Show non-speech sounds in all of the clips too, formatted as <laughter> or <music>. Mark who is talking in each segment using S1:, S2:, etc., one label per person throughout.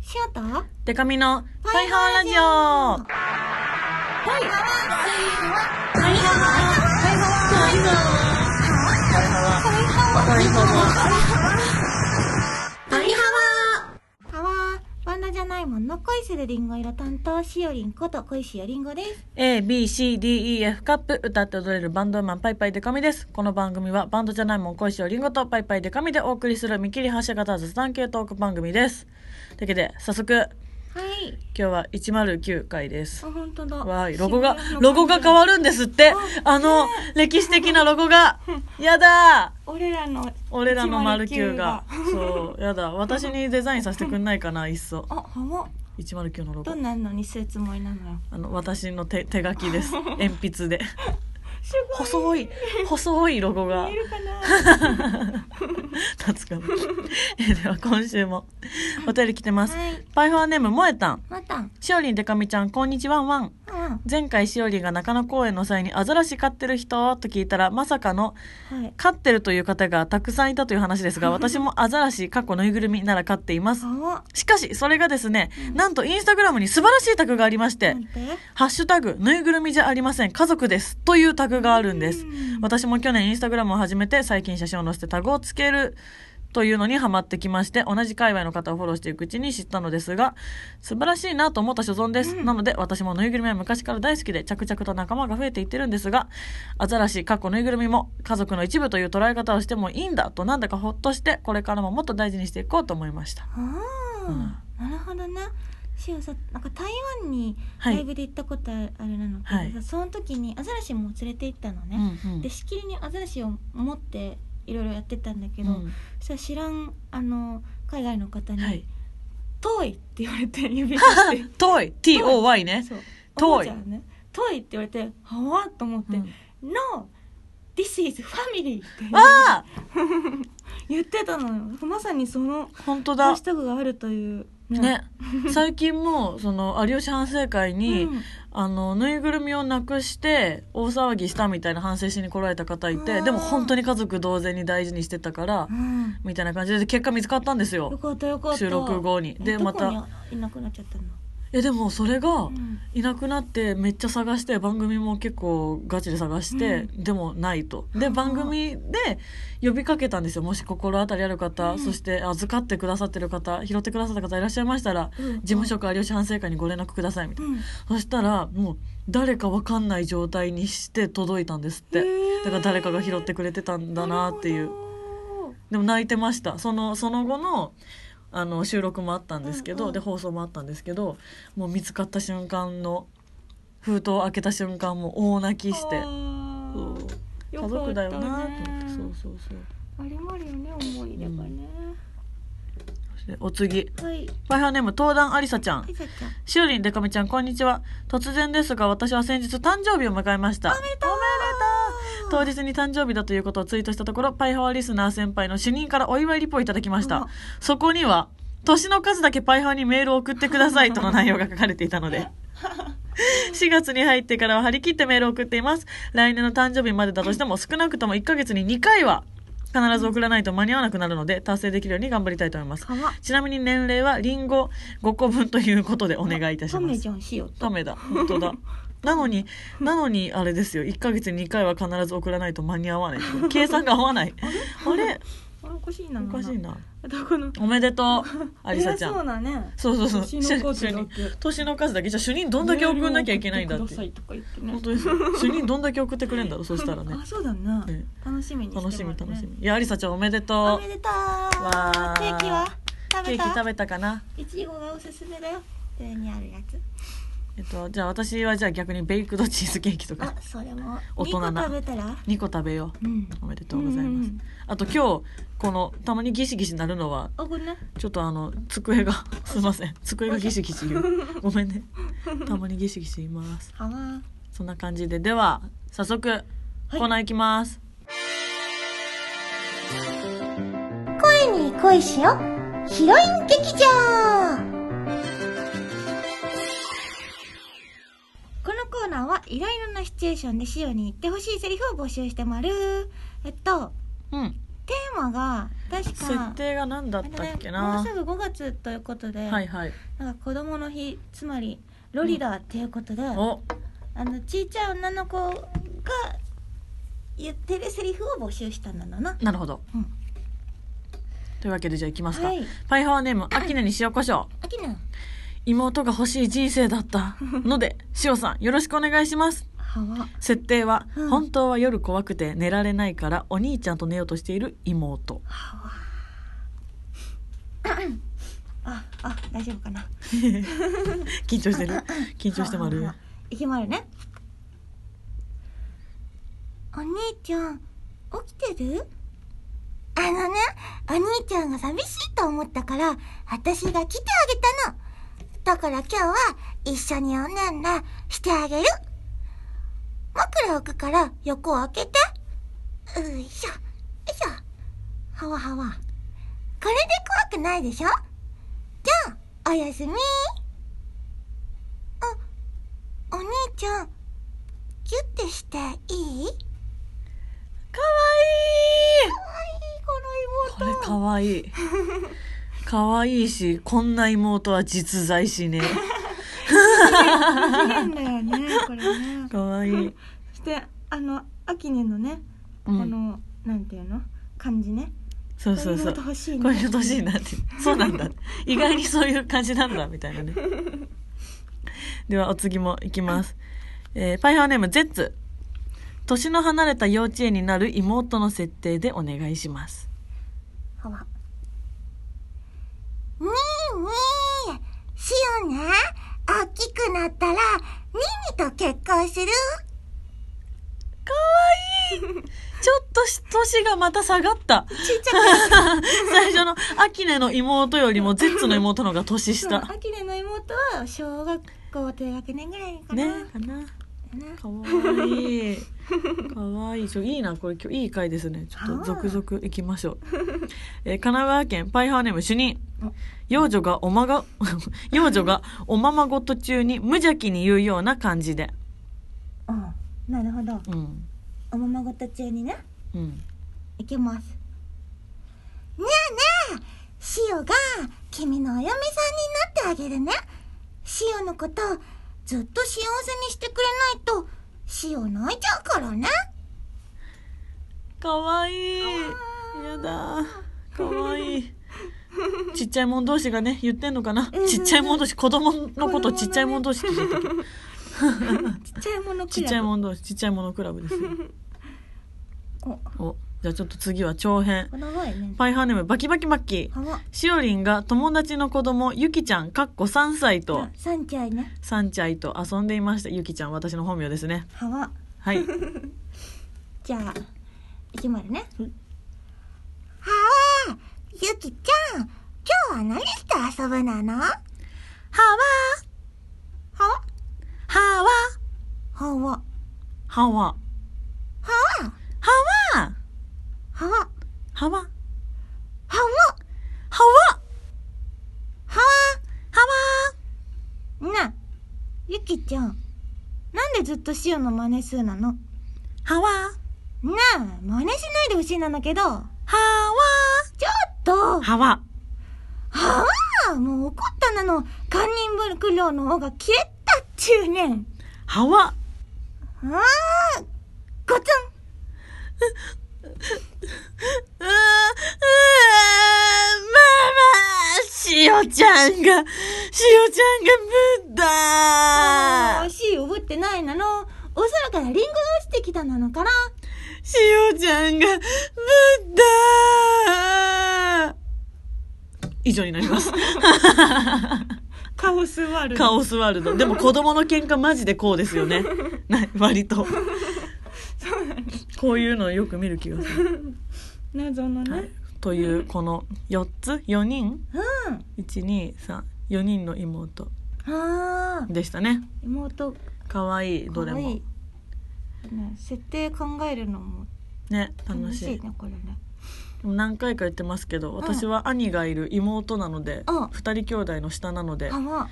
S1: ショート
S2: デカミのパイハワラジオ
S1: パリハワパワーバンドじゃないもんの恋するリンゴ色担当しおりんこと恋しおりんごです
S2: A, B, C, D, E, F カップ歌って踊れるバンドウーマンパイパイデカミです。この番組はバンドじゃないもん恋しおりんごとパイパイデカミでお送りする見切り発車型雑談系トーク番組です。というわけで早速
S1: はい
S2: 今日は109回です
S1: あ。本当だ
S2: わーい、ロゴが、ロゴが変わるんですってあの、歴史的なロゴがやだー
S1: 俺らの
S2: 俺らの丸9が。そう、やだ。私にデザインさせてくんないかな、いっそ。
S1: あハワ
S2: 109のロゴ
S1: ど。んなのにするつもりなのよ
S2: あの私の手手書きです鉛筆です細い細いロゴ
S1: ご
S2: が
S1: い見えるかな
S2: 立つからえでは今週もお便り来てます、
S1: はい
S2: パイファーネームもえたん
S1: また
S2: しおりんでかみちゃんこんにちはんわん
S1: あ
S2: 前回しおりんが中野公園の際にアザラシ飼ってる人と聞いたらまさかの
S1: はい
S2: 飼ってるという方がたくさんいたという話ですが私もアザラシかっこぬいぐるみなら飼っています
S1: ハワ
S2: しかしそれがですね、なんとインスタグラムに素晴らしいタグがありまして、
S1: なんて
S2: ハッシュタグ、ぬいぐるみじゃありません、家族です。というタグがあるんです
S1: うん。
S2: 私も去年インスタグラムを始めて、最近写真を載せてタグをつける。というのにハマってきまして、同じ界隈の方をフォローしていくうちに知ったのですが、素晴らしいなと思った所存です。なので、私もぬいぐるみは昔から大好きで、着々と仲間が増えていってるんですが、アザラシ、かっこぬいぐるみも家族の一部という捉え方をしてもいいんだと、なんだかほっとして、これからももっと大事にしていこうと思いました。
S1: ああ、なるほどね。しおさなんか台湾に
S2: は
S1: ラ
S2: い
S1: イブで行ったことあるなのけどさ、
S2: はい
S1: その時にアザラシも連れて行ったの
S2: う
S1: ね、
S2: んうん
S1: でしきりにアザラシを持っていろいろやってたんだけど、
S2: うん
S1: そしたら知らんあの海外の方に「
S2: はい。 <laughs>
S1: 遠い」って言われて指さし
S2: トイ、
S1: て
S2: T-O-Y <laughs> ね。
S1: そう
S2: 遠い
S1: じゃね「遠い」って言われて「はわ」と思って「
S2: うん
S1: No this is family」って
S2: ああ
S1: 言ってたのよまさにその
S2: 本当
S1: ハッ
S2: だ
S1: シュタグがあるという
S2: ね最近もその有吉反省会に、
S1: うん
S2: あのぬいぐるみをなくして大騒ぎしたみたいな反省しに来られた方い
S1: あ
S2: て
S1: ー
S2: でも本当に家族同然に大事にしてたから
S1: うん
S2: みたいな感じでで結果見つかったんです
S1: よ
S2: よ
S1: かったよかった
S2: 収録後にで
S1: でま
S2: ま
S1: た
S2: た
S1: いなくなっちゃったの
S2: えでもそれが
S1: うん
S2: いなくなってめっちゃ探して番組も結構ガチで探して、でもないとで
S1: はあ
S2: 番組で呼びかけたんですよもし心当たりある方、
S1: うん
S2: そして預かってくださってる方拾ってくださった方いらっしゃいましたら、
S1: うん
S2: 事務所か有吉反省会にご連絡くださいみたいな、
S1: うん
S2: そしたらもう誰かわかんない状態にして届いたんですって
S1: へー
S2: だから誰かが拾ってくれてたんだなっていうでも泣いてましたそのその後のあの収録もあったんですけど、
S1: うんうん
S2: で放送もあったんですけどもう見つかった瞬間の封筒を開けた瞬間もう大泣きして
S1: あー
S2: そう
S1: よ
S2: 家
S1: かったね
S2: 族だよなって思ってそうそうそう
S1: あれもあるよね思い出がね、
S2: そしてお次
S1: はい
S2: パイハーネーム東壇ありさちゃん
S1: あいさちゃん
S2: しおりんでかみちゃんこんにちは突然ですが私は先日誕生日を迎えました
S1: お
S2: 当
S1: めでとう
S2: 日に誕生日だということをツイートしたところパイハワリスナー先輩の主任からお祝いリポをいただきまし
S1: う
S2: た
S1: わ
S2: そこには年の数だけパイハワにメールを送ってくださいとの内容が書かれていたの <laughs> で4月に入ってからは張り切ってメールを送っています来年の誕生日までだとしても少なくとも1ヶ月に2回は必ず送らないと間に合わなくなるので達成できるように頑張りたいと思います
S1: かわ
S2: ちなみに年齢はリンゴ5個分ということでお願いいたし
S1: ト
S2: ま
S1: メ
S2: す
S1: じゃんしよう
S2: ダメだ本当だなのになのにあれですよ1ヶ月に2回は必ず送らないと間に合わない計算が合わないあれ
S1: あれおかしいな
S2: おかしいな
S1: あとこの
S2: おめで
S1: <laughs>
S2: とうありさちゃ
S1: 偉そうんなね
S2: そうそうそう
S1: 年の数だけ
S2: 主任年の数だけじゃあ主任どんだけ送んなきゃいけないんだっ
S1: メールを送
S2: て
S1: くさいとか言ってね
S2: 本当ですよ主任どんだけ送ってくれ
S1: <laughs>
S2: んだろうそしたらね
S1: あそうだな、
S2: ね
S1: 楽しみにして
S2: 楽しみ
S1: ますね
S2: 楽しみいやありさちゃんおめで
S1: お
S2: と
S1: め
S2: う
S1: でとう
S2: わー
S1: ケーキは食
S2: ケ
S1: べ
S2: ーキ
S1: た
S2: 食べたかない
S1: ちごがおすすめだよ上にあるやつ
S2: えっとじゃあ私はじゃあ逆にベイクドチーズケーキとか
S1: あそれも
S2: 大人
S1: 2個
S2: な
S1: 食べたら
S2: 2個食べよう
S1: うん
S2: おめでとうございます、
S1: うんうんうん
S2: あと今日このたまにギシギシなるのは
S1: あごめんね
S2: ちょっとあの机が <laughs> すいません机がギシギシ言うごめんねたまにギシギシ言います
S1: はわ
S2: そんな感じででは早速、コーナー行きます
S1: 声に恋しよヒロイン劇場このコーナーはいろいろなシチュエーションでシオに言ってほしいセリフを募集してまるえっと
S2: うん
S1: テーマが確
S2: 設
S1: か
S2: 定が何だ
S1: あ
S2: っ
S1: れ
S2: た
S1: だ
S2: っけ
S1: ねもう
S2: な
S1: すぐ5月ということで、
S2: はいはい
S1: なんか子供の日つまりロリラーっていうことで、
S2: お
S1: あのちいちゃい女の子が言ってるセリフを募集したんだな
S2: なるほど
S1: うん
S2: というわけでじゃあいきますか、
S1: はい
S2: パイハワーネーム秋音に塩コショウ
S1: あきな
S2: 妹が欲しい人生だ
S1: <laughs>
S2: ったので塩さんよろしくお願いします
S1: はわ
S2: 設定は、
S1: うん
S2: 本当は夜怖くて寝られないからお兄ちゃんと寝ようとしている妹
S1: はわああ大丈夫かな
S2: 緊張してる緊張してまる
S1: いきまるねお兄ちゃん起きてるあのねお兄ちゃんが寂しいと思ったから私が来てあげたのだから今日は一緒におねんらしてあげる枕置くから横を開けてういしょよいしょはわはわこれで怖くないでしょじゃあおやすみお兄ちゃん、ギュッてしていい
S2: かわい
S1: かわいい、こ
S2: いこれかわいいかわいいしこんな妹は実在し
S1: <laughs>
S2: ね
S1: いいんだよね、これね。
S2: かわいい、
S1: そして、あの、アキネのね、
S2: う
S1: こ
S2: ん、
S1: の、なんていうの感じね。
S2: そうそうそう
S1: これ妹欲しいね
S2: これ欲しいなってそうなんだ意外にそういう感じなんだみたいなね <laughs> ではお次もいきます、えーパイハーネームゼッツ年の離れた幼稚園になる妹の設定でお願いします
S1: ほわ。にーにー、しおね、大きくなったら、ニーニーと結婚する
S2: かわいいちょっとし年がまた下がった <laughs>
S1: ちっちゃく
S2: 最初のアキネの妹よりもゼッツの妹の方が年
S1: そう
S2: 下
S1: <laughs> アキネの妹は、小学校低学年ぐらいか
S2: ね
S1: な。
S2: かな
S1: ね
S2: かわいいかわいいちょいいなこれ今日いい回ですねちょっと
S1: あ
S2: 続
S1: ー
S2: 々いきましょう、 <laughs> えー神奈川県パイハーネーム主任
S1: お
S2: 幼女がおまが <laughs> 幼女がおままごと中に無邪気に言うような感じで
S1: うん。なるほど。
S2: うん
S1: おままごと中にね。
S2: うん
S1: いきますねえねえシオが君のお嫁さんになってあげるねシオのことずっと幸せにしてくれないとシオ泣いちゃうからね
S2: かわいいやだかわいいちっちゃいもん同士がね言ってんのかな
S1: うんうん
S2: ちっちゃいもん同士子供のこと
S1: 子供のね
S2: ちっちゃいもん同士って言っちゃった
S1: ちっちゃいもの
S2: ちっちゃいもん同士ちっちゃいものクラブですよ
S1: お
S2: おじゃあちょっと次は長編
S1: この前ね
S2: パイハーネームバキバキマッキー
S1: はわ
S2: しおりんが友達の子供ゆきちゃんかっこ3歳と
S1: サンチャイね
S2: 3歳と遊んでいましたゆきちゃん私の本名ですね
S1: はわ
S2: <laughs> はい
S1: じゃあ、いきまるね。
S2: うん
S1: はわゆきちゃん、今日は何して遊ぶなのはわはわ
S2: はわ
S1: はわは
S2: はわ
S1: わ
S2: はわ
S1: はわは
S2: はわはわ
S1: わ
S2: は
S1: はわなあ、ゆきちゃん、なんでずっとしおの真似するなのな
S2: わはわ
S1: あ、真似しないでほしいなんだけど、
S2: は
S1: ちょっと
S2: わはわ
S1: はわもう怒ったなの、堪忍ぶ苦労の方が消えたっちゅうねん。
S2: はわ
S1: ああごつん
S2: うーうーママしおちゃんがしおちゃんが
S1: 惜
S2: ぶった
S1: しい覚えてないなの。お空からリンゴが落ちてきたなのかな。
S2: しおちゃんがぶった以上になります。
S1: カオスワー
S2: <laughs>
S1: ル
S2: カ。オスワールド。でも子供の喧嘩マジでこうですよ
S1: <laughs>
S2: ね。な割と。こういうのよく見る気がする。
S1: 謎のね。
S2: はいという、この4つ ?4 人
S1: うん。
S2: ?1、2、3、4人の妹
S1: ああ。
S2: でしたね。
S1: 妹、か
S2: かわいい、どれ
S1: わい
S2: も
S1: い。。ね、設定考えるのも
S2: ね、楽
S1: 楽
S2: し
S1: し
S2: い。
S1: いね、これね。
S2: でも何回か言ってますけど、私は兄がいる妹なので
S1: うん、
S2: 二人兄弟の下なので、
S1: あわ。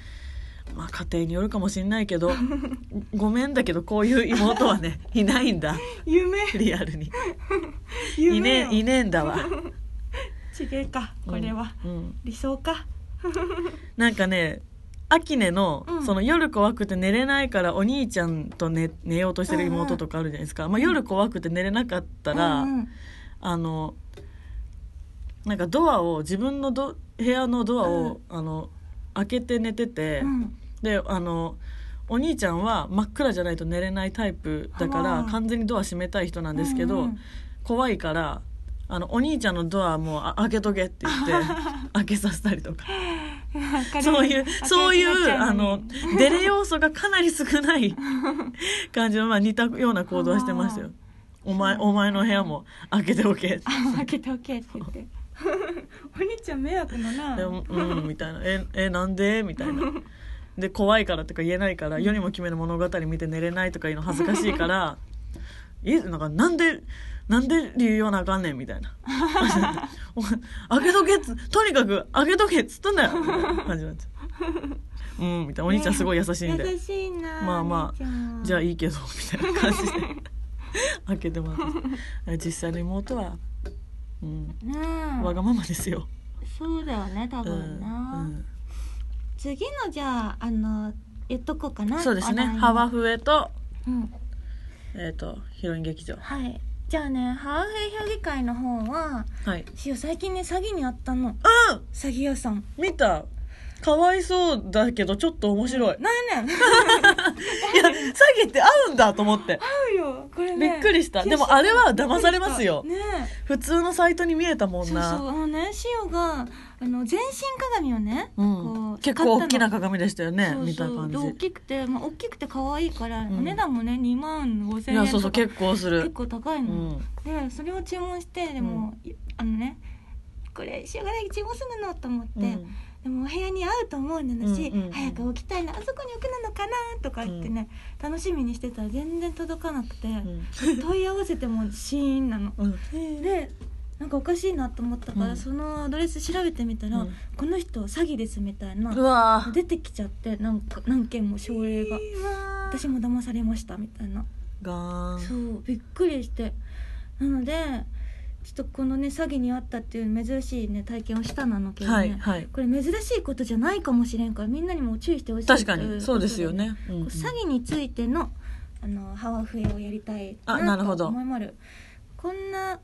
S2: まあ家庭によるかもしれないけど、 <laughs> ごめんだけどこういう妹はね、いないんだ。
S1: 夢。
S2: リアルに。い
S1: 夢
S2: ね
S1: よ <laughs>
S2: え、いねえんだわ。
S3: ちげえかこれは、
S2: うんうん
S3: 理想か
S2: なんかねアキネの,、
S3: うん
S2: その夜怖くて寝れないからお兄ちゃんと寝寝ようとしてる妹とかあるじゃないですか、まあ、夜怖くて寝れなかったら、
S1: うんうん
S2: あのなんかドアを自分のド部屋のドアを、あの開けて寝てて、
S1: うん
S2: であのお兄ちゃんは真っ暗じゃないと寝れないタイプだから、
S3: あー
S2: 完全にドア閉めたい人なんですけど、
S1: うんうん
S2: 怖いからあのお兄ちゃんのドアもうあ開けとけって言
S1: <laughs>
S2: って開けさせたりとか <laughs> そういうそういうあの出れ要素がかなり少ない <laughs> 感じの、まあ、似たようの行動はしてましたよ。お前お前の部屋も開けておけって
S1: <laughs>
S3: 開けておけって言ってお
S2: <laughs>
S3: 兄ちゃん迷惑のな
S2: でもうんみたいな「ええなんで?」みたいな。で怖いからとか言えないから世にも決める物語見て寝れないとかいうの恥ずかしい <laughs> から「えなんかなんでなんで理由言わなあかんねん」みたい <laughs> な「お前開けとけっつとにかく開けとけっつったんだよ」みたいな感じになっちゃううん」みたいな「お兄ちゃんすごい優しいんで、
S3: 優しいな
S2: まあま
S3: あ
S2: じゃあいいけど」みたいな
S1: <laughs>
S2: 感じで開けてもらって実際の妹は、うん、
S1: ねえ
S2: わがままですよ。
S1: そうだよね多
S2: うん
S1: 分な、
S2: うん
S1: 次のじゃああの言っとこうかな
S2: そうですね
S1: お題。の
S2: ハワフエと、
S1: うん
S2: えっ、と、ヒロイン劇場。
S1: はいじゃあねハワフェ評議会の方は
S2: はい。
S1: しお最近ね詐欺にあったの
S2: うん
S1: 詐欺屋さん
S2: 見たかわいそうだけど、ちょっと面白い。い
S1: なんやねん
S2: や、詐欺って合うんだと
S1: <laughs>
S2: 思って。
S3: 合うよこれ
S2: び
S3: ね
S2: っくりした。でもあれは騙されますよ。
S1: ね
S2: 普通のサイトに見えたも
S1: えそうそ
S2: ん
S1: う
S2: な。
S1: あのねしおがあの全身鏡をね、
S2: うん
S1: こ、う
S2: 結構大きな
S1: 買っ
S2: 鏡でしたよ
S1: た
S2: ね
S1: の
S2: 見た
S1: そうそう
S2: 感
S1: で大
S2: じ
S1: きくて、まあ、大きくて可愛いから、
S2: ん
S1: お値段もね2万5
S2: い
S1: 千円と
S2: や
S1: か
S2: そうそう結構す
S1: 結
S2: る
S1: 構高いうの、
S2: ん
S1: でそれを注文してでも、いあのねこれしょうがない注文するのと思って、
S2: うん
S1: でもお部屋に合うと思うなのし、
S2: うんうんうん
S1: 早く起きたいなあそこに置くなのかなとか言ってね、楽しみにしてたら全然届かなくて、
S2: うん
S1: 問い合わせてもシーンなの。
S2: うん
S1: でなんかおかしいなと思ったから、
S2: うん
S1: そのアドレス調べてみたら、
S2: うん
S1: この人詐欺ですみたいうな
S2: わー
S1: 出てきちゃってなんか何件も症例が私も騙されましたみたいな
S2: ガーン
S1: そうびっくりしてなのでちょっとこのね詐欺にあったっていう珍しいね体験をしたなのけどね、
S2: はいはい
S1: これ珍しいことじゃないかもしれんからみんなにも注意してほしい
S2: 確か
S1: とい
S2: にそうですよね、うんうん
S1: ことでねこう詐欺についてのあのハワフエをやりたい
S2: あなるほ
S1: な
S2: ど
S1: と思いまるこんな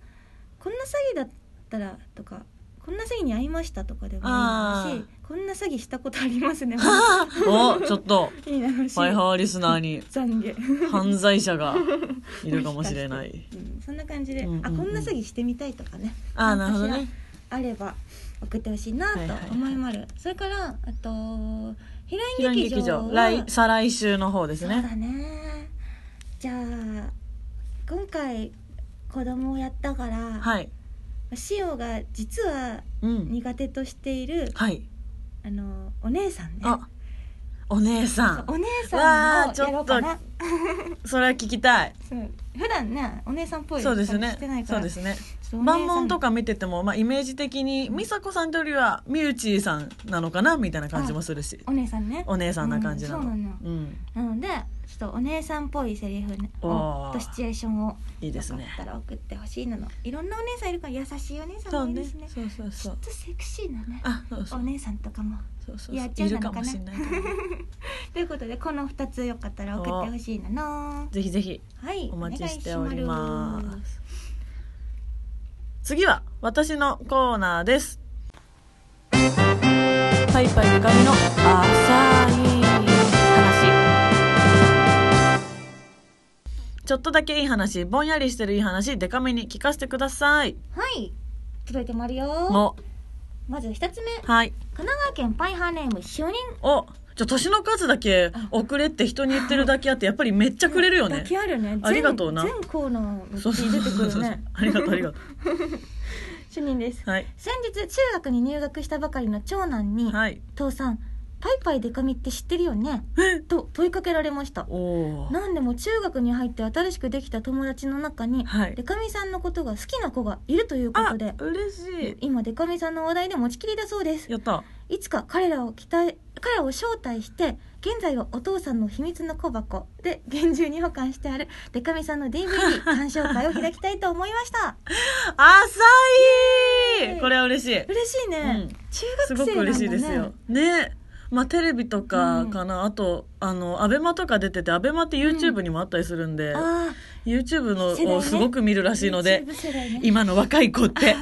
S1: こんな詐欺だったらとかこんな詐欺に遭いましたとかでもいいだろうし
S2: あ
S1: こんな詐欺したことあり
S2: <laughs>
S1: ますね
S2: おちょっと
S1: いいだろうし
S2: ファイハワーリスナーに
S1: 懺悔
S2: 犯罪者がいるかもしれない。
S1: <laughs> うんそんな感じで、
S2: うんうんうん
S1: あこんな詐欺してみたいとかね
S2: あーなるほど
S1: なん
S2: ね
S1: かし。らあれば送ってほしいなと思いまる、それからあとヒロ
S2: ヒ
S1: イ
S2: ロ
S1: ン
S2: イン
S1: 劇
S2: 劇
S1: 場は
S2: 場、来、再来週の方です
S1: そう
S2: ね。
S1: だねじゃあ今回子供をやったから、
S2: はい。
S1: シオが実は
S2: うん。
S1: 苦手としている
S2: はい。
S1: あのお姉さんね
S2: あ、お姉さん。
S1: お姉さん
S2: わ
S1: を
S2: ーちょ
S1: や
S2: っと
S1: ろうかな
S2: それは聞きたい。
S1: そう普段ねお姉さんっぽい
S2: そうです
S1: 感じしてない
S2: ね。
S1: か
S2: そ
S1: ら
S2: うですね。
S1: ちょっお姉さん
S2: 万問とか見てても、まあ、イメージ的に、美佐子さんというよりは、みゆちーさんなのかなみたいな感じもするし。
S1: お姉さんね
S2: お姉さんな感じな
S1: う
S2: の。
S1: んそうなの
S2: ん。
S1: なのでちょっとお姉さんっぽいセリフねを
S2: おー
S1: とシチュエーションを
S2: いいで
S1: よ
S2: す
S1: かっ
S2: ね。
S1: たら送ってほしいなのいろんなお姉さんいるから優しいお姉
S2: そ
S1: さ
S2: うん
S1: もいい
S2: ね
S1: ですね。
S2: そうそうそ
S1: ちょっ
S2: う。
S1: とセクシーなね
S2: あ、そうそ
S1: お
S2: う。
S1: 姉さんとかも
S2: そうそうそう。
S1: やっちゃう
S2: いる
S1: なの
S2: か
S1: か
S2: も
S1: な
S2: しれないからね。
S1: ということでこの2つよかったら送ってほしいなの
S2: ぜひぜひ。
S1: はい
S2: お待ちしておりま
S1: お願いし
S2: す。次は私のコーナーです。パイパイで髪の浅い話。ちょっとだけいい話、ぼんやりしてるいい話、デカめに聞かせてください。
S1: まはい届いてもあるよ
S2: も
S1: まず1つ目神
S2: う、はい。
S1: 奈川県パイハーネーム就任
S2: お、じゃあ年の数だけ遅れって人に言ってるだけあって、やっぱりめっちゃくれるよ
S1: だ
S2: ね。
S1: けあるね全
S2: ありがとうな
S1: 全コーナーの
S2: そう
S1: う
S2: そ
S1: ち
S2: う
S1: 出
S2: そう
S1: て
S2: そ
S1: く
S2: う
S1: るね
S2: <laughs> ありがとう、ありがと
S1: 主任です
S2: う。はい。
S1: 先日中学に入学したばかりの長男に <laughs>
S2: はい。
S1: 父さんパイパイデカミって知ってるよねと問いかけられました
S2: おお。
S1: 何でも中学に入って新しくできた友達の中に
S2: はい
S1: デ。カミさんのことが好きな子がいるというこ
S2: あ、
S1: とで
S2: 嬉しい。
S1: 今デカミさんの話題で持ちきりだそうです
S2: やった。
S1: いつか彼らを期待彼らを招待して現在はお父さんの秘密の小箱で厳重に保管してあるデカミさんの
S2: <laughs>
S1: DVD 鑑賞会を開きたいと思いました
S2: 浅
S1: はい
S2: いこれは嬉しい。
S1: 嬉しいね、
S2: うん
S1: 中
S2: す
S1: 学
S2: ご
S1: 生なんだね
S2: く嬉しいですよ。ね。まあテレビとかかな、あとあのアベマとか出ててアベマって YouTube にもあったりするんで、
S1: あ世代
S2: YouTube の
S1: ね
S2: をすごく見るら
S1: あ
S2: しいので、
S1: YouTube 世代ね
S2: 今の若い子って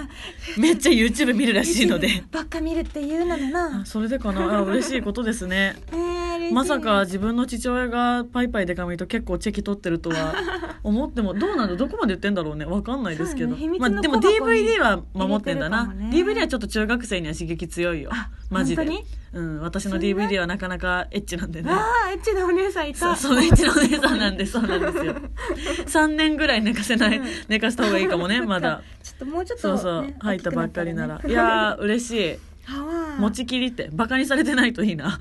S2: めっちゃ YouTube 見るらしいので
S1: <laughs> ばっか見るっていうなのな
S2: あそれでかなあ嬉しいことですね
S1: えー嬉しい
S2: まさか自分の父親がパイパイデカミと結構チェキ取ってると
S3: <laughs>
S2: は思ってもどうなんだどこまで言ってんだろうねわかんないですけど、
S3: そうね秘密
S2: まあ、
S3: の
S2: でも
S3: 小箱に
S2: DVD は守ってんだな、
S3: 入れてるかも
S2: DVD
S3: ね
S2: はちょっと中学生には刺激強いよ
S3: あ
S2: マジで
S3: 本
S2: うん、私の DVD はなかなかエッチな
S3: <laughs>
S2: んでね
S3: ああエッチなお姉さんい
S2: そ
S3: た
S2: う、そのエッチなお姉さんなんで、そうなんで
S3: <laughs>
S2: すよ。3年ぐらい寝かせない、寝かした方がいいかもね、まだ。
S1: ちょっともうちょっと、
S2: そ
S1: ね、
S2: うそう、入ったばっかりなら。いやー、嬉しい。持
S1: 持 <laughs> ち
S2: ちきりってバカにされてないといいな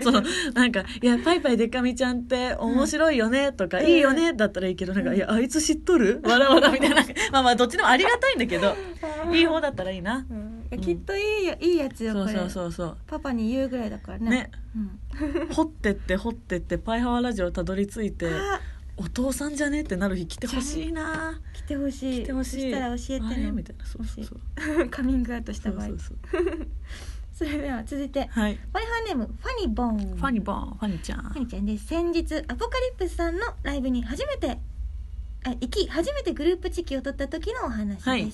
S1: <laughs>
S2: そのなんか「いやパイパイデカミちゃんって面白いよね」とか
S1: う
S2: 「
S1: ん
S2: いいよね」だったらいいけどなんか「いやあいつ知っ
S1: <laughs>
S2: とるわらわら」みたいなまあまあどっちでもありがたいんだけどいい方だったらいいな
S1: うんいやきっといいよいいやつよ
S2: そ
S1: こ
S2: う
S1: れ
S2: そうそうそ
S1: パパに言うぐらいだから
S2: う
S1: ね
S2: ね
S1: うん
S2: 掘ってって掘ってってパイハワラジオたどり着い
S1: <laughs>
S2: て
S1: あ
S2: お父さんじゃねえってなる日来てほしいな
S1: 来てほしい
S2: 来てほ
S1: そ
S2: し
S1: し
S2: い
S1: たら教えて
S2: あれ
S1: ね
S2: みたいなそうそうそう
S1: カミングアウトし
S2: そ
S1: た
S2: う
S1: 場合
S2: そうそう
S1: それでは続いて
S2: はい
S1: ワイハーネームファニボン
S2: ファニボーンファニちゃ
S1: ファ
S2: ん
S1: ニちゃんです先日アポカリプスさんのライブに初めてあ行き初めてグループチキを取った時のお話です、
S2: はい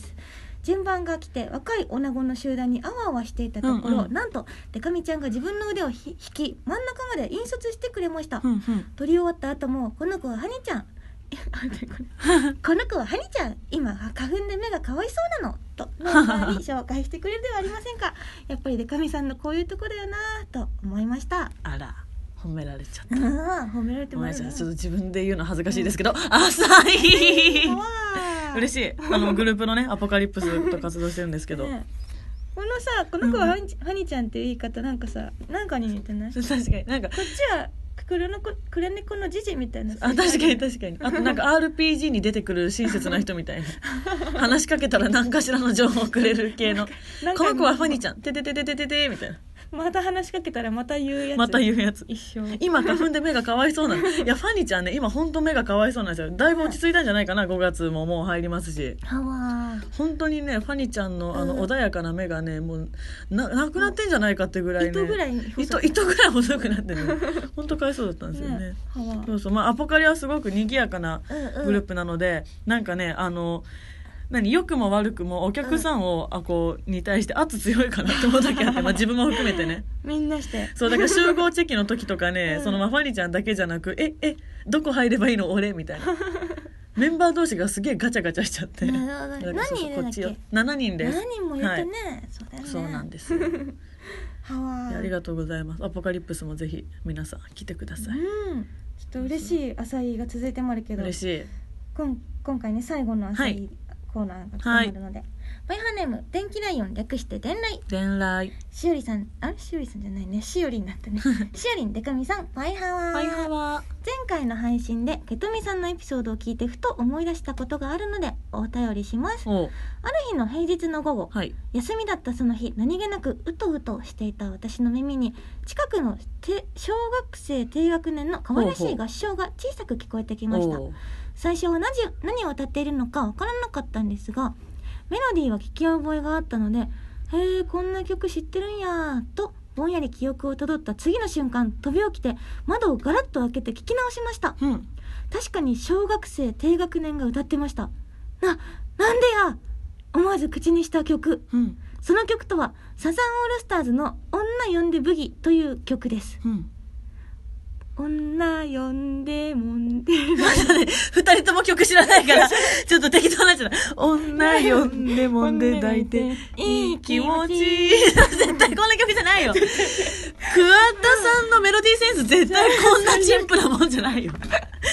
S1: 順番が来て若い女子の集団にあわあわしていたところ、
S2: うんうん
S1: なんとデカミちゃんが自分の腕をひ引き真ん中まで引率してくれました、
S2: うんうん
S1: 撮り終わった後もこの子はハニちゃん <laughs> いや待ってこれこの子はハニちゃん今花粉で目がかわいそうなのとメンバーに紹介してくれるではありませ
S2: <laughs>
S1: んかやっぱりデカミさんのこういうとこだよなぁと思いま
S2: <laughs>
S1: した
S2: <laughs> あら褒められちゃった
S1: うん褒められて
S2: ご
S1: も
S2: めん
S1: ら
S2: な
S1: える
S2: さい
S1: な
S2: ちょっと自分で言うの恥ずかしいですけど、浅い
S1: わー
S2: 嬉しいあのグループのねアポカリプスと活動してるんですけど、
S1: ねこのさこの子はハニ,、ハニちゃんっていう言い方なんかさなんかに似てないこ
S2: 確かになんか
S1: っちは黒の子黒猫のジジみたいな
S2: あ確かに確かにあとなんか RPG に出てくる親切な人みたいな話しかけたら何かしらの情報をくれる系の
S1: なん
S2: こ
S1: か
S2: の子はファニちゃんてててててててみたいな
S1: また話しかけたらまた言うやつ
S2: また言うやつ
S1: 一生
S2: 今花粉で目がかわいそうなのいやファニちゃんね今本当目がかわいそうなんですよだいぶ落ち着いたんじゃないかな5月ももう入りますし
S1: はわ
S2: 本当にねファニちゃんのあの
S1: うん
S2: 穏やかな目がねもうななくなってんじゃないかってぐらいね
S1: 糸ぐらいに
S2: 糸糸ぐらい細くなってね本当かわいそうだったんですよね
S1: はわ
S2: そうそうまあアポカリはすごく賑やかな
S1: うんうん
S2: グループなので、なんかねあの何良くも悪くもお客さんを、あこうに対して圧強いかなって思うだけ
S1: <laughs>
S2: あって、まあ、自分も含めてね
S1: みんなして
S2: そうだから集合チェキの時とかね、
S1: うん
S2: そのまあファニちゃんだけじゃなく「ええどこ入ればいいの俺」みたい
S1: <laughs>
S2: なメンバー同士がすげえガチャガチャしちゃって
S1: なるほど
S2: だからそ
S1: 何
S2: うそ
S1: 人
S2: う
S1: いるんだっけ
S2: こちよ7人です
S1: 何人も言って
S2: は
S1: ね、そうだよ
S2: い
S1: ね
S2: そうなん
S1: <laughs>
S2: ですよ
S1: はわ
S2: いやありがとうございますアポカリプスもぜひ皆さん来てください
S1: うんちょっと嬉しい朝日が続いてもあるけど
S2: 嬉しい
S1: こん今回ね最後の朝
S2: は
S1: 日
S2: い
S1: コーナーが決まるので、バイハーネーム電気ライオン略して電ライ
S2: 伝来
S1: しおりさんあしおりさんじゃないねしおりになった
S2: <laughs>
S1: ねしおりんでかみさんバイハワー
S2: ファイハワ
S1: 前回の配信でけとみさんのエピソードを聞いてふと思い出したことがあるのでお便りします
S2: ーお
S1: ある日の平日の午後
S2: はい
S1: 休みだったその日何気なくうとうとしていた私の耳に近くのて小学生低学年の可愛らし
S2: ほう
S1: い
S2: ほ
S1: 合唱が小さく聞こえてきました
S2: おー
S1: 最初は何じ何を歌っているのかわからなかったんですがメロディーは聞き覚えがあったので「へえこんな曲知ってるんや」とぼんやり記憶をたどった次の瞬間飛び起きて窓をガラッと開けて聞き直しました
S2: うん
S1: 確かに小学生低学年が歌ってましたななんでや思わず口にした曲
S2: うん
S1: その曲とはサザンオールスターズの「女呼んでブギ」という曲です
S2: うん
S1: 女呼んでもん <laughs> で
S2: <laughs> 二人とも曲知らない <laughs> から、ちょっと適当になっちゃった。女呼んでもんで抱いて、いい気持ちいい。絶対こんな曲じゃないよ。桑田さんのメロディーセンス絶対こんなチンプなもんじゃない <laughs> よ。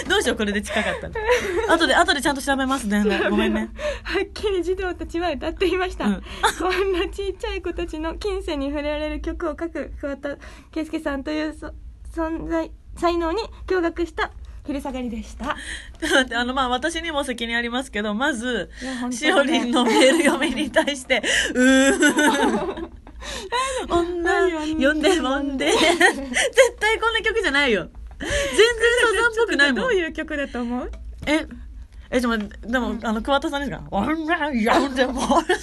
S2: どうしよう、これで近かったら。後で、後でちゃんと調べますね。ごめんね。
S3: <laughs> はっきり児童たちは歌っていました、
S2: うん
S3: こんなちっちゃい子たちの近世に触れられる曲を書く桑田佳祐さんというそ存在才能に驚愕した昼下がりでした
S2: ちょっ <laughs> と待って、あの、まあ、私にも責任ありますけど、まず
S3: いや本、当
S2: しおりんのメール読みに対して、うーん。 <laughs> 女呼んでもんで。 <laughs> 絶対こんな曲じゃないよ。全然サザンっぽ
S3: <laughs>
S2: くないもん
S3: ど
S2: <laughs>
S3: う。いう曲だと思う
S2: え、え、ちょ、待って、でも、あの、桑田さんですか女呼んでもんで。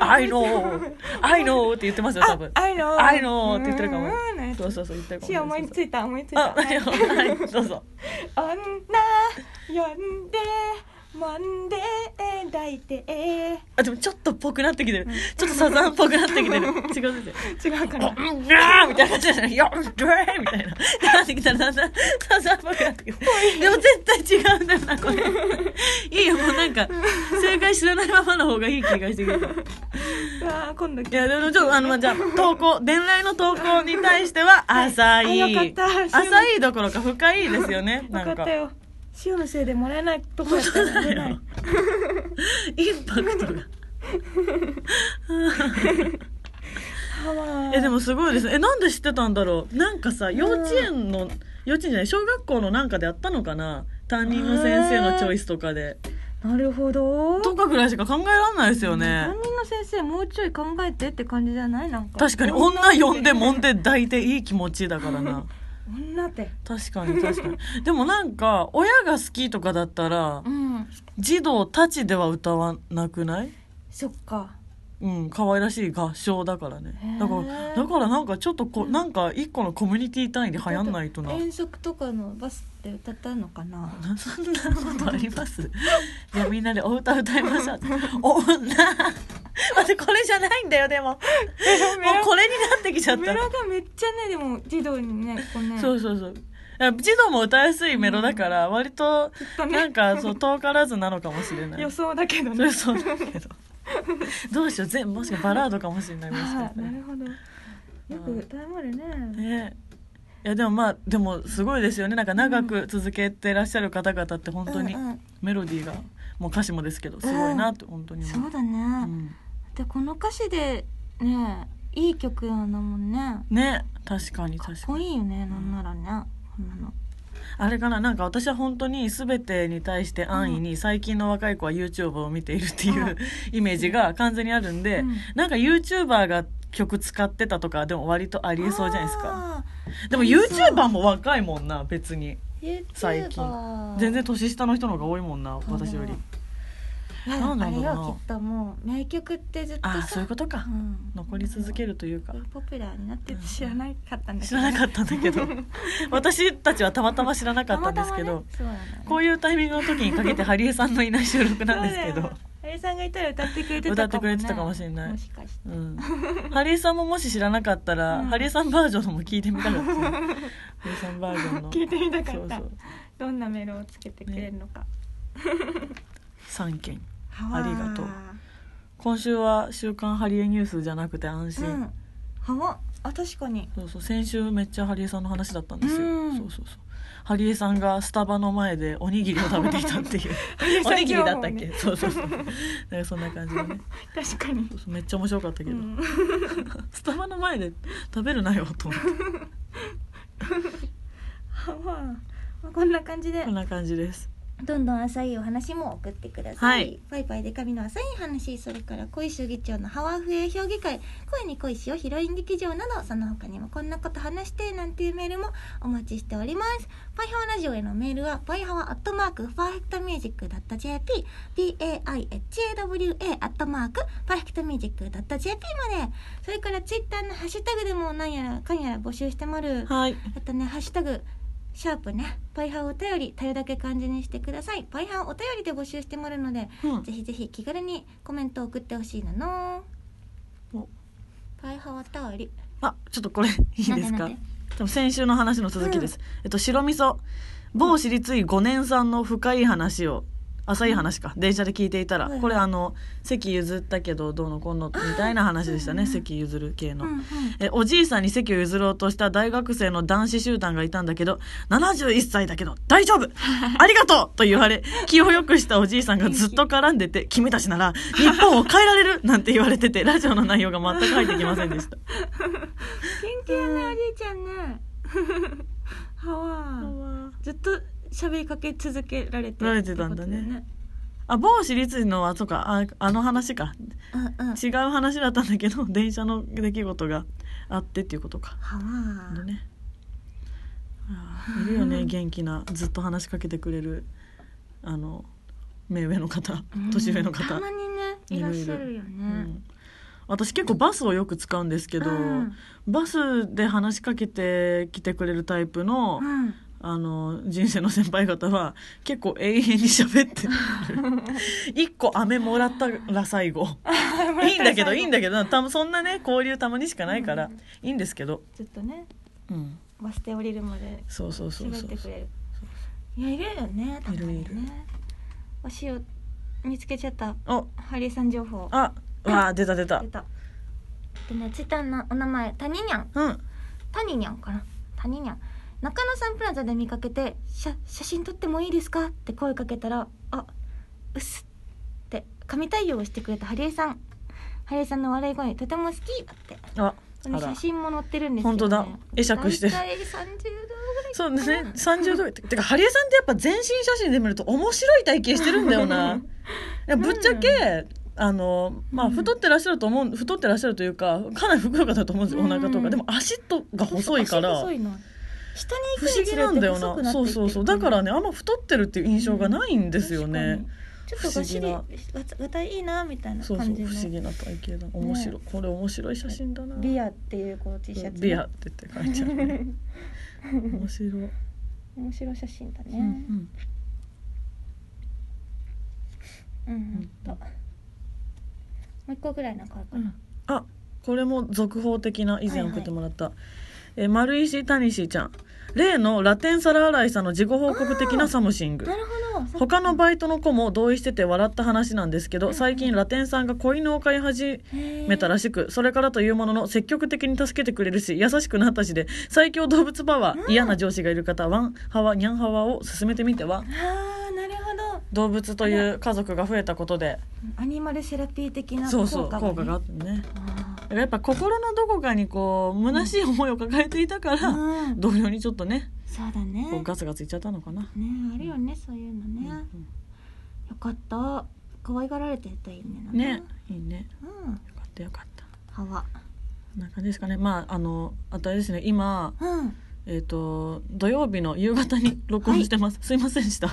S2: I know, I know って言ってますよ、多分。
S3: I know
S2: I know って言ってるかも
S3: うんなんや。つ
S2: そうそうそう、言ってるかも。
S3: し思いついた思いつい
S2: あ、
S3: た
S2: はい、はいどうぞ。
S3: 女呼んでもんで抱い <laughs> て
S2: あ、でもちょっとっぽくなってきてる。ちょっとサザンっぽくなってきてる。違う先生。
S3: 違うかな
S2: うんなーみたいな感じじゃないよっどれみたいな。なってきたらだんだん、サザンっぽくなってきて。でも絶対違うんだよな、これ。いいよ、もうなんか、正解知らないままの方がいい気がしてくる。
S3: うわー今度
S2: いや、でもちょっと、あの、まあじゃあ、投稿、伝来の投稿に対しては、浅い。
S3: あよかった
S2: 浅いどころか深いですよね、
S3: 分
S2: な
S3: か
S2: ん
S3: っ
S2: か
S3: た。よ塩のせいでもらえないとこやったら
S2: <laughs>
S3: 出ない
S2: インパクトが。
S3: パワー
S2: え、でもすごいですね。え、なんで知ってたんだろう。なんかさ、幼稚園の、幼稚園じゃない、小学校のなんかであったのかな担任の先生のチョイスとかで。
S3: なるほど
S2: とかぐらいしか考えられないですよね
S3: 担。任の先生もうちょい考えてって感じじゃないなんか
S2: 確かに、女呼んでもんで抱いていい気持ちだからな。
S3: 女って
S2: 確かに確かに。でもなんか、親が好きとかだったら、
S3: うん
S2: 児童たちでは歌わなくない
S3: そっか
S2: うん、可愛らしい合唱だからね
S3: へー
S2: だからだからなんかちょっとこ、なんか一個のコミュニティ単位で流行んないとな
S3: 遠足とかのバスで歌ったのかな
S2: そんなことありますじゃあみんなでお歌歌いましょうお女 <laughs> 待ってこれじゃないんだよでももうこれになってきちゃっ
S3: メ
S2: た
S3: ロがめっちゃねでも児童にねこうね
S2: そうそうそう児童も歌いやすいメロだから割と
S3: とね
S2: なんかそう遠からずなのかもしれない
S3: 予想だけど
S2: そ
S3: ね
S2: れそうだけどどうしよう全部もしかバラードかもしれないもしか
S3: は
S2: し
S3: い
S1: <laughs>
S2: たら
S3: なるほどよく歌えまるね
S2: ねいやでもまあでもすごいですよねなんか長く続けてらっしゃる方々って本当に
S1: うんうん
S2: メロディーがもう歌詞もですけどすごいなって本当に
S1: そ
S2: 思
S1: う
S2: う、
S1: だね、
S2: うん
S1: でこの歌詞でねいい曲なんだもんね
S2: ね確かに
S1: かっ
S2: 確か
S1: こ
S2: に
S1: いいよねなんならねこんなの
S2: あれかななんか私は本当に全てに対して安易に最近の若い子は YouTube を見ているっていうう <laughs> イメージが完全にあるんで、
S1: うん
S2: なんか YouTuber が曲使ってたとかでも割とありえそうじゃないです
S1: あ
S2: かでも YouTuber も若いもんな別に最近
S1: YouTuber
S2: 全然年下の人の方が多いもんな私より。
S1: ーいや
S2: なんだ
S1: あ
S2: ろ
S1: れ
S2: うな
S1: よきっともう名曲ってずっと
S2: あ
S1: さ
S2: あそういうことか、
S1: うん
S2: 残り続けるというか
S1: ポピュラーになって
S3: 知らなかったんだけ
S2: 知
S3: ど
S2: らなかったんだけど
S1: <laughs>
S2: 私たちはたまたま知らなか
S1: た
S2: った
S1: ま
S2: んで
S1: た
S2: す
S1: ま
S2: け
S1: ね
S2: ど、
S1: そうなんだね
S2: こういうタイミングの時にかけてハリエさんのいない収録なんですけ
S3: そう
S2: ど
S3: だよ。あれさんがいたら歌ってくれてたかも、ね、
S2: 歌ってくれてたかもしれない
S3: もしかして
S2: うん、ハリエさんももし知らなかったら、
S3: うん
S2: ハリエさんバージョンのも聞いてみた
S3: <laughs>
S2: かったですねハリエさんバージョンの
S3: 聞いてみたかった
S2: そう
S3: どんなメロをつけてくれるのか、
S2: そう3件
S1: ハワー
S2: ありがとう今週は「週刊ハリエニュース」じゃなくて安心、
S1: うん
S3: ハワあ確かに
S2: そうそう先週めっちゃハリエさんの話だったんですよ、
S1: うん
S2: そうそうそうハリエさんがスタバの前でおにぎりを食べていたって
S3: <laughs>
S2: いう
S3: リエさ
S2: お
S3: ん
S2: にぎりだったっけ、
S3: 情報ね
S2: そうそうそうなんかそんな感じでね
S3: 確かに
S2: そうそうめっちゃ面白かったけど、
S3: うん
S2: スタバの前で食べるなよと思って
S3: ハワまあこんな感じで
S2: こんな感じです
S1: どんどん浅いお話も送ってください。
S2: はい
S1: パイパイで神の浅い話、それから恋主義長のハワーフエ評議会、恋に恋しよヒロイン劇場など、その他にもこんなこと話してなんていうメールもお待ちしております。パイハワラジオへのメールは、パイハワアットマーク、パーフェクトミュージック .jp、p-a-i-h-a-w-a アットマーク、パーフェクトミュージック .jp まで、それからツイッターのハッシュタグでも何やらかんやら募集してまる。
S2: はい
S1: あとね、ハッシュタグ、シャープね、パイハーお便り、たよだけ漢字にしてください。パイハーお便りで募集してもらうので、
S2: うん
S1: ぜひぜひ気軽にコメントを送ってほしいなの。
S2: お
S1: パイハーお便り。
S2: あちょっとこれいいです
S1: なん
S2: か
S1: でなんで
S2: でも先週の話の続きです、えっと白味噌某私立医5年産の深い話を浅い話か電車で聞いていたら、
S1: はいはい
S2: これあの席譲ったけどどうのこうのみたいな話でしたね、席譲る系の、
S1: うんうん
S2: えおじいさんに席を譲ろうとした大学生の男子集団がいたんだけど71歳だけど
S1: <laughs>
S2: 大丈夫ありがとうと言われ気を良くしたおじいさんがずっと絡んでて君たちなら日本を変えられるなんて言われててラジオの内容が全く入ってきませんで
S1: <laughs>
S2: した
S3: 元気やねおじいちゃんねハワずっと喋りかけ続けられて
S2: られてたんだね
S3: ってことよ
S2: あ某私立のはそうかああの話か
S1: うんうん
S2: 違う話だったんだけど <laughs> 電車の出来事があってっていうことか
S1: は
S2: で
S1: わ
S2: ねあーいるよね元気なずっと話しかけてくれるあの目上の方年上の
S1: た
S2: 方、
S1: まにねいらっしゃるよね
S2: うん私結構バスをよく使うんですけど、
S1: うん
S2: バスで話しかけてきてくれるタイプの,、
S1: うん
S2: あの人生の先輩方は結構永遠に喋 <laughs> ってる一個飴もらったら最後いいんだけどいいんだけどたまそんなね交流たまにしかないから、いいんですけど、
S3: ずっとね
S2: うん、
S3: バス停降りるまで
S2: そうそうそう
S3: 喋
S2: そ
S3: っ
S2: う
S3: てくれる
S1: いやいるよねたまにね
S2: いるいる
S3: お塩見つけちゃった
S2: お
S3: ハリーさん情報
S2: あわあ出た出た
S3: 出た
S1: でねツイッターのお名前タニニャン
S2: うん
S1: タニニャンかなタニニャン中野サンプラザで見かけて「写写真撮ってもいいですか?」って声かけたら「あうっす」って神対応をしてくれたハリエさんハリエさんの笑い声とても好きだって
S2: あ
S1: こ
S2: あ
S1: の写
S2: ら
S1: 真も載ってるんです
S2: 本当だ会釈してる
S1: 大体30度ぐらい
S2: そうですね30度ててかハリエさんってやっぱ全身写真で見ると面白い体型してるんだよ <laughs> ないやぶっちゃけあのまあ太ってらっしゃると思う太ってらっしゃるというかかなりふくよかだと思うんですよお腹と
S1: う
S2: か
S1: ん
S2: でも足とが細いから
S1: 足細いの人に
S2: 不思議なんだよなそうそうそうだから
S1: ね
S2: ねあんま太ってるっていう印象がないんですよね、
S1: ちょっとがっしり
S2: 不
S1: が
S2: 思
S1: がたいいなみたいな
S2: そうそ
S1: 感
S2: う
S1: じ
S2: 不
S1: の
S2: 思議な体型だ面白い、これ面白い写真だな
S1: ビアっていうこの T シャツね
S2: ビ
S1: <laughs>
S2: アって言って書いてある、ね、面 <laughs> 白い、
S1: 面白い写真だ
S2: う
S1: ね
S2: んうん
S1: うん、うんともう一個ぐらいなんかあるかな、
S2: あこれも続報的な以前送ってもらった、えー丸石谷氏ちゃん例のラテン皿洗いさんの事後報告的なサムシング
S1: なるほど
S2: 他のバイトの子も同意してて笑った話なんですけど最近ラテンさんが子犬を飼い始めたらしくそれからというものの積極的に助けてくれるし優しくなったしで最強動物パワー嫌な上司がいる方はワンハワニャンハワを進めてみては
S1: あーなるほど
S2: 動物という家族が増えたことで
S1: アニマルセラピー的な
S2: そう
S1: 効
S2: そう
S1: 果が,、ね、
S2: 効果があってね
S1: あ
S2: だからやっぱ心のどこかにこう虚しい思いを抱えていたから、
S1: ーう
S2: <laughs>
S1: ん
S2: 同僚にちょっとね
S1: そうだね
S2: こうガツガツいっちゃったのかな、
S1: ねあるよねそういうのね、よ
S2: う
S1: かった可愛がられてるといいねなん
S2: ん
S1: か
S2: ねいいね
S1: うん
S2: よかったよかった
S1: 歯は
S2: こんな感じですかねまああのあとあれですね今
S1: うん
S2: えっ、と土曜日の夕方に録音してます、すいませんでした <laughs> い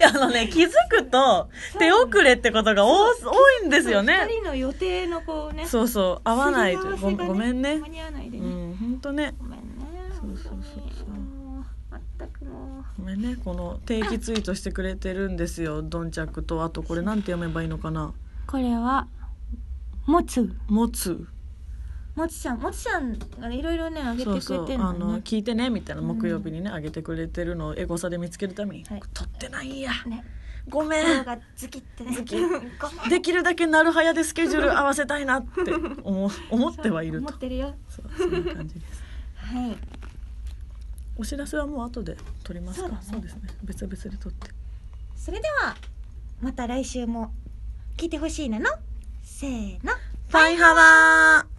S2: やあのね気づくと手遅れってことが多す多いんですよ
S3: 二
S2: ね
S3: 人の予定のこうね
S2: そうそう合わないという
S3: すり合わせが
S2: ごごめんね
S3: 間に合わないで
S2: う
S3: ね、
S2: ん本当ね
S1: ごめんね
S2: そうそうそうそう
S1: 本当にもうまったくもう
S2: ごめんねこの定期ツイートしてくれてるんですよどんちゃくとあとこれなんて読めばいいのかな
S1: これはもつ
S2: 持つ
S1: もつちゃんもつちゃんがいろいろねあげてく
S2: そ
S1: れ
S2: うそう
S1: てる
S2: あ
S1: のね
S2: の聞いてねみたいな
S1: うん
S2: 木曜日にねあげてくれてるのをエゴサで見つけるために、
S1: はい
S2: 撮ってないんや
S1: ね
S2: ごめ
S1: 心
S2: ん
S1: がズキってね
S2: ズキ
S1: ごめん
S2: できるだけなるはやでスケジュール合わせたいなって思思ってはいる
S1: 思
S2: と
S1: ってるよ
S2: そうそんな感じです
S1: はい
S2: お知らせはもう後で撮りますか
S1: そう
S2: そう,、
S1: だね
S2: ですね別々で撮って
S1: それではまた来週も聞いてほしいなのせーの
S2: パイハワー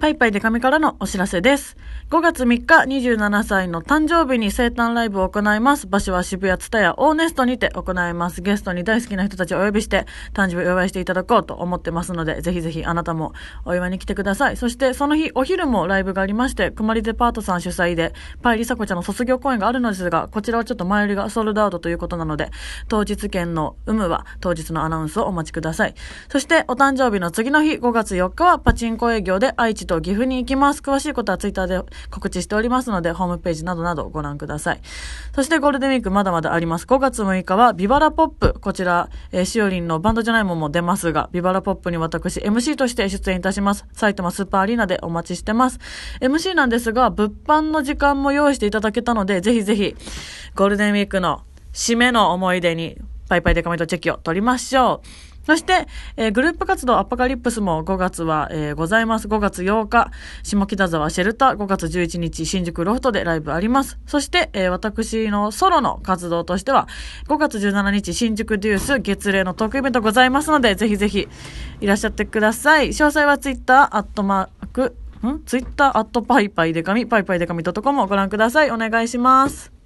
S2: パイパイで神からのお知らせです。5月3日27歳の誕生日に生誕ライブを行います。場所は渋谷ツタヤオーネストにて行います。ゲストに大好きな人たちをお呼びして誕生日をお祝いしていただこうと思ってますので、ぜひぜひあなたもお祝いに来てください。そしてその日お昼もライブがありまして、くまりデパートさん主催でパイリサコちゃんの卒業公演があるのですが、こちらはちょっと前売りがソールドアウトということなので、当日券の有無は当日のアナウンスをお待ちください。そして、お誕生日の次の日、5月4日はパチンコ営業で愛知と岐阜に行きます。詳しいことはツイッターで告知しておりますので、ホームページなどなどご覧ください。そして、ゴールデンウィークまだまだあります。5月6日は、ビバラポップ。こちら、えーしおりんのバンドじゃないもんも出ますが、ビバラポップに私、MC として出演いたします。埼玉スーパーアリーナでお待ちしてます。MC なんですが、物販の時間も用意していただけたので、ぜひぜひ、ゴールデンウィークの締めの思い出に、パイパイデカミとチェキを取りましょう。そして、えーグループ活動アパカリプスも5月は、えーございます。5月8日、下北沢シェルター、5月11日、新宿ロフトでライブあります。そして、えー私のソロの活動としては、5月17日、新宿デュース月例のトークイベントございますので、ぜひぜひいらっしゃってください。詳細はツイッター、アットマーク、んツイッター、アットパイパイデカミ、パイパイデカミ .com をご覧ください。お願いします。